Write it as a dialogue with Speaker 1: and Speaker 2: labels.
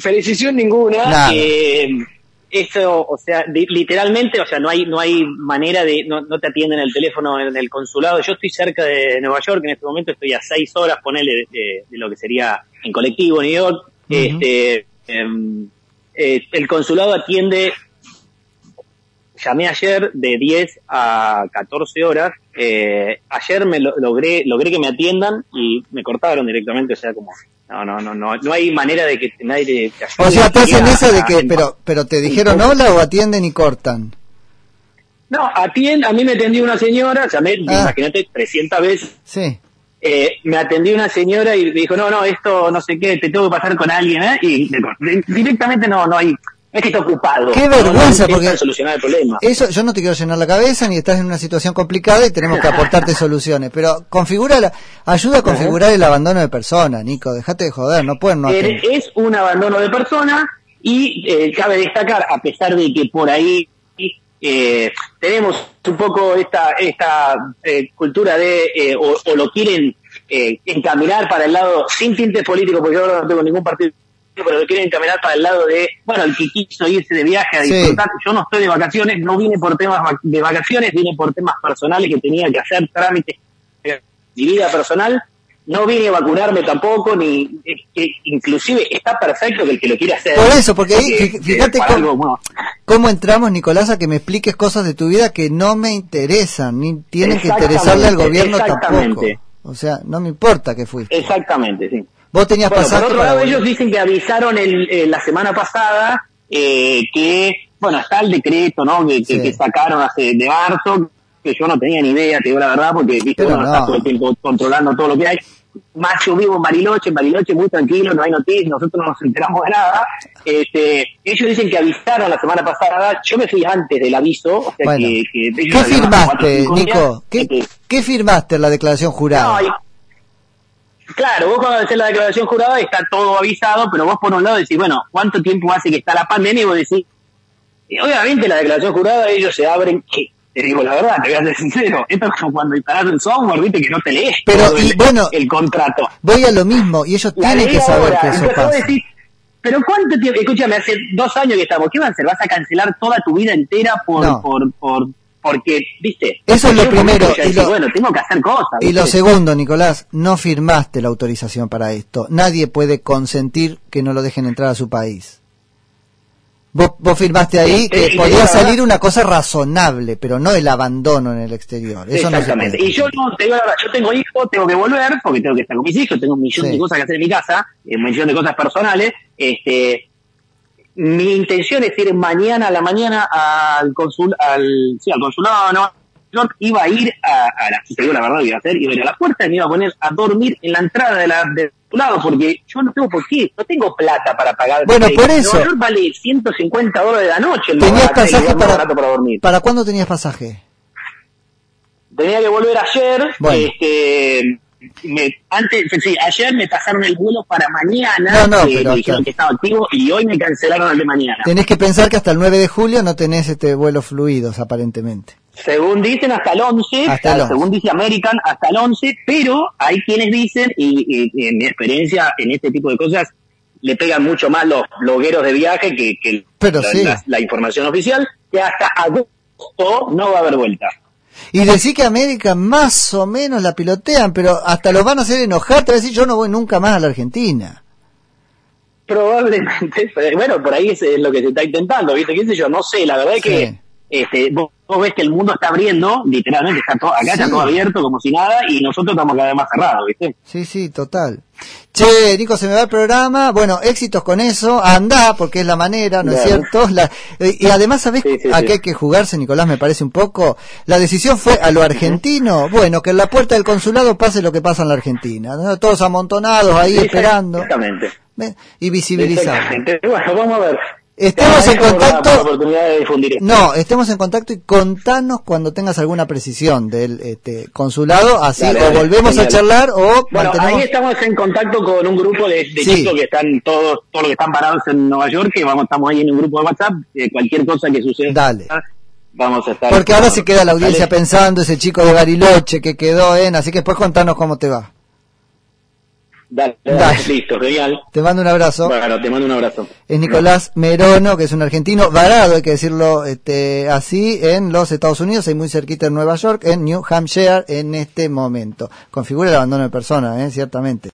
Speaker 1: Felicitación ninguna.
Speaker 2: Nada.
Speaker 1: eh, esto, o sea, di- literalmente, o sea, no hay, no hay manera de, no, no te atienden el teléfono en el consulado. Yo estoy cerca de Nueva York, en este momento estoy a seis horas, ponele, de, de- de lo que sería en colectivo, New York. Este, em, eh, el consulado atiende, llamé ayer de 10 a 14 horas. eh, ayer me lo- logré, logré que me atiendan y me cortaron directamente, o sea, como, no, no, no, no, no hay manera de que nadie te, te ayude.
Speaker 2: O sea, estás en
Speaker 1: siquiera
Speaker 2: esa de
Speaker 1: a-
Speaker 2: que, pero, pero te dijeron hola o atienden y cortan.
Speaker 1: No, atiende, a mí me atendió una señora, llamé,
Speaker 2: Ah.
Speaker 1: imagínate, 300 veces,
Speaker 2: Sí.
Speaker 1: eh, me atendió una señora y me dijo, no, no, esto no sé qué, te tengo que pasar con alguien, ¿eh? Y me corté. directamente no, no hay, no es que está ocupado.
Speaker 2: Qué
Speaker 1: No,
Speaker 2: vergüenza,
Speaker 1: no, intentan
Speaker 2: porque-
Speaker 1: solucionar el problema.
Speaker 2: Eso, yo no te quiero llenar la cabeza ni estás en una situación complicada y tenemos que aportarte soluciones. Pero configura la- ayuda a configurar el abandono de persona, Nico. Dejate de joder, no pueden no
Speaker 1: Eh,
Speaker 2: atender.
Speaker 1: es un abandono de persona y eh, cabe destacar, a pesar de que por ahí eh, tenemos un poco esta, esta eh, cultura de, eh, o, o lo quieren eh, encaminar para el lado, sin tintes políticos, porque yo ahora no tengo ningún partido, pero lo quieren encaminar para el lado de, bueno, el que quiso irse de viaje a
Speaker 2: Sí.
Speaker 1: disfrutar, yo no estoy de vacaciones, no vine por temas vac- de vacaciones, vine por temas personales que tenía que hacer trámites eh, mi vida personal, no vine a vacunarme tampoco, ni eh, que inclusive está perfecto que el que lo quiera hacer.
Speaker 2: Por eso, porque ahí,
Speaker 1: Eh,
Speaker 2: fí-
Speaker 1: eh,
Speaker 2: fíjate
Speaker 1: para
Speaker 2: cómo-
Speaker 1: algo, bueno,
Speaker 2: ¿Cómo entramos, Nicolás, a que me expliques cosas de tu vida que no me interesan, ni tienen que
Speaker 1: Exactamente,
Speaker 2: interesarle al gobierno tampoco?
Speaker 1: exactamente.
Speaker 2: O sea, no me importa que fuiste.
Speaker 1: Exactamente, sí.
Speaker 2: Vos tenías
Speaker 1: Bueno, por
Speaker 2: pasaje
Speaker 1: otro
Speaker 2: para
Speaker 1: lado,
Speaker 2: volver.
Speaker 1: ellos dicen que avisaron el, eh, la semana pasada eh, que, bueno, está el decreto, ¿no? Que, que-
Speaker 2: Sí.
Speaker 1: que sacaron hace de marzo, que yo no tenía ni idea, te digo la verdad, porque viste,
Speaker 2: Pero
Speaker 1: uno
Speaker 2: no.
Speaker 1: está todo el tiempo controlando todo lo que hay. Más yo vivo en Bariloche, en Bariloche muy tranquilo, no hay noticias, nosotros no nos enteramos de nada. Este, ellos dicen que avisaron la semana pasada, yo me fui antes del aviso, o sea
Speaker 2: Bueno.
Speaker 1: que, que ellos
Speaker 2: ¿Qué
Speaker 1: avisaron hace cuatro o
Speaker 2: firmaste,
Speaker 1: cinco días,
Speaker 2: Nico? ¿Qué,
Speaker 1: eh, que-
Speaker 2: qué firmaste en la declaración jurada?
Speaker 1: no, y- claro, vos cuando haces la declaración jurada está todo avisado, pero vos por un lado decís, bueno, ¿cuánto tiempo hace que está la pandemia? Y vos decís, y obviamente la declaración jurada ellos se abren, que te digo la verdad, te voy a ser sincero, esto es como cuando instalás el software, viste que no te lees
Speaker 2: Pero,
Speaker 1: todo
Speaker 2: y
Speaker 1: el,
Speaker 2: bueno,
Speaker 1: el contrato.
Speaker 2: Voy a lo mismo y ellos
Speaker 1: La
Speaker 2: tienen
Speaker 1: ley
Speaker 2: que saber
Speaker 1: ahora,
Speaker 2: que eso
Speaker 1: entonces vos
Speaker 2: pasa.
Speaker 1: decís, pero cuánto tiempo, escúchame, hace dos años que estamos, ¿qué van a hacer? ¿Vas a cancelar toda tu vida entera por,
Speaker 2: No.
Speaker 1: por, por, porque, viste?
Speaker 2: Eso es lo
Speaker 1: Llega un momento
Speaker 2: primero,
Speaker 1: que
Speaker 2: y
Speaker 1: decís,
Speaker 2: lo-
Speaker 1: bueno, tengo que hacer cosas.
Speaker 2: Y lo
Speaker 1: ¿viste?
Speaker 2: segundo, Nicolás, no firmaste la autorización para esto. Nadie puede consentir que no lo dejen entrar a su país. Vos, vos firmaste ahí
Speaker 1: Sí,
Speaker 2: que
Speaker 1: sí,
Speaker 2: podía
Speaker 1: la
Speaker 2: salir una cosa razonable, pero no el abandono en el exterior. Eso no se
Speaker 1: Exactamente.
Speaker 2: puede.
Speaker 1: y yo no, te digo la verdad, yo tengo hijos, tengo que volver, porque tengo que estar con mis hijos, tengo un millón
Speaker 2: Sí.
Speaker 1: de cosas que hacer en mi casa, eh, un millón de cosas personales. Este, mi intención es ir mañana a la mañana al consul, al, sí, al consulado, no, yo iba a ir a, a la, te digo la verdad lo que iba a hacer, iba a ir a la puerta y me iba a poner a dormir en la entrada de la, del consulado, porque yo no tengo por qué, no tengo plata para pagar.
Speaker 2: Bueno, por
Speaker 1: Nueva
Speaker 2: eso.
Speaker 1: York vale 150 dólares la noche el
Speaker 2: ¿Tenías
Speaker 1: lugar, y
Speaker 2: pasaje
Speaker 1: es más
Speaker 2: para,
Speaker 1: barato para dormir
Speaker 2: para cuándo tenías pasaje?
Speaker 1: tenía que volver ayer.
Speaker 2: Bueno.
Speaker 1: Este, me, antes, sí, ayer me pasaron el vuelo para mañana.
Speaker 2: No, no,
Speaker 1: que
Speaker 2: pero
Speaker 1: me dijeron
Speaker 2: acá-
Speaker 1: que estaba activo y hoy me cancelaron el de mañana.
Speaker 2: Tenés que pensar que hasta el 9 de julio no tenés este vuelos fluidos, aparentemente.
Speaker 1: Según dicen, hasta el 11,
Speaker 2: Hasta el 11.
Speaker 1: según dice American, hasta el 11, pero hay quienes dicen, y, y- y en mi experiencia en este tipo de cosas, le pegan mucho más los blogueros de viaje que, que
Speaker 2: Pero
Speaker 1: la,
Speaker 2: sí.
Speaker 1: la- la información oficial, que hasta agosto no va a haber vuelta.
Speaker 2: Y decir que América más o menos la pilotean, pero hasta los van a hacer enojar, te van a decir yo no voy nunca más a la Argentina.
Speaker 1: Probablemente, pero, bueno, por ahí es, es lo que se está intentando, ¿viste? ¿Qué sé yo? No sé, la verdad es
Speaker 2: Sí.
Speaker 1: que este, vos, vos ves que el mundo está abriendo, literalmente, está todo, acá está
Speaker 2: Sí.
Speaker 1: todo abierto como si nada y nosotros estamos cada vez más cerrados, ¿viste?
Speaker 2: Sí, sí, total. Che, Nico, se me va el programa. Bueno, éxitos con eso. Andá, porque es la manera, ¿no es
Speaker 1: Claro.
Speaker 2: cierto? La- eh, y además, ¿sabés
Speaker 1: Sí, sí,
Speaker 2: a
Speaker 1: sí.
Speaker 2: qué hay que jugarse, Nicolás? Me parece un poco. La decisión fue a lo argentino. Bueno, que en la puerta del consulado pase lo que pasa en la Argentina. ¿no? Todos amontonados ahí esperando.
Speaker 1: Exactamente.
Speaker 2: Ven, Y visibilizando.
Speaker 1: Exactamente. Bueno, vamos a ver.
Speaker 2: Estamos
Speaker 1: Te
Speaker 2: en
Speaker 1: agradezco por la- por la
Speaker 2: contacto.
Speaker 1: oportunidad de difundir esto.
Speaker 2: No, estemos en contacto y contanos cuando tengas alguna precisión del este, consulado. Así
Speaker 1: Dale,
Speaker 2: o
Speaker 1: dale,
Speaker 2: volvemos a
Speaker 1: genial.
Speaker 2: charlar o
Speaker 1: Bueno, ahí
Speaker 2: mantenemos.
Speaker 1: estamos en contacto con un grupo de, de
Speaker 2: Sí.
Speaker 1: chicos que están todos, todos los que están parados en Nueva York, que vamos, estamos ahí en un grupo de WhatsApp, eh, cualquier cosa que suceda,
Speaker 2: Dale.
Speaker 1: vamos a estar.
Speaker 2: Porque ahora se queda la audiencia
Speaker 1: Dale.
Speaker 2: pensando, ese chico de Bariloche que quedó en, así que después contanos cómo te va.
Speaker 1: Dale, dale,
Speaker 2: Dale.
Speaker 1: listo, genial.
Speaker 2: Te mando un abrazo.
Speaker 1: Bueno, te mando un abrazo.
Speaker 2: Es Nicolás Merono, que es un argentino varado, hay que decirlo este, así, en los Estados Unidos, y muy cerquita en Nueva York, en New Hampshire, en este momento. Configura el abandono de persona, ¿eh? ciertamente.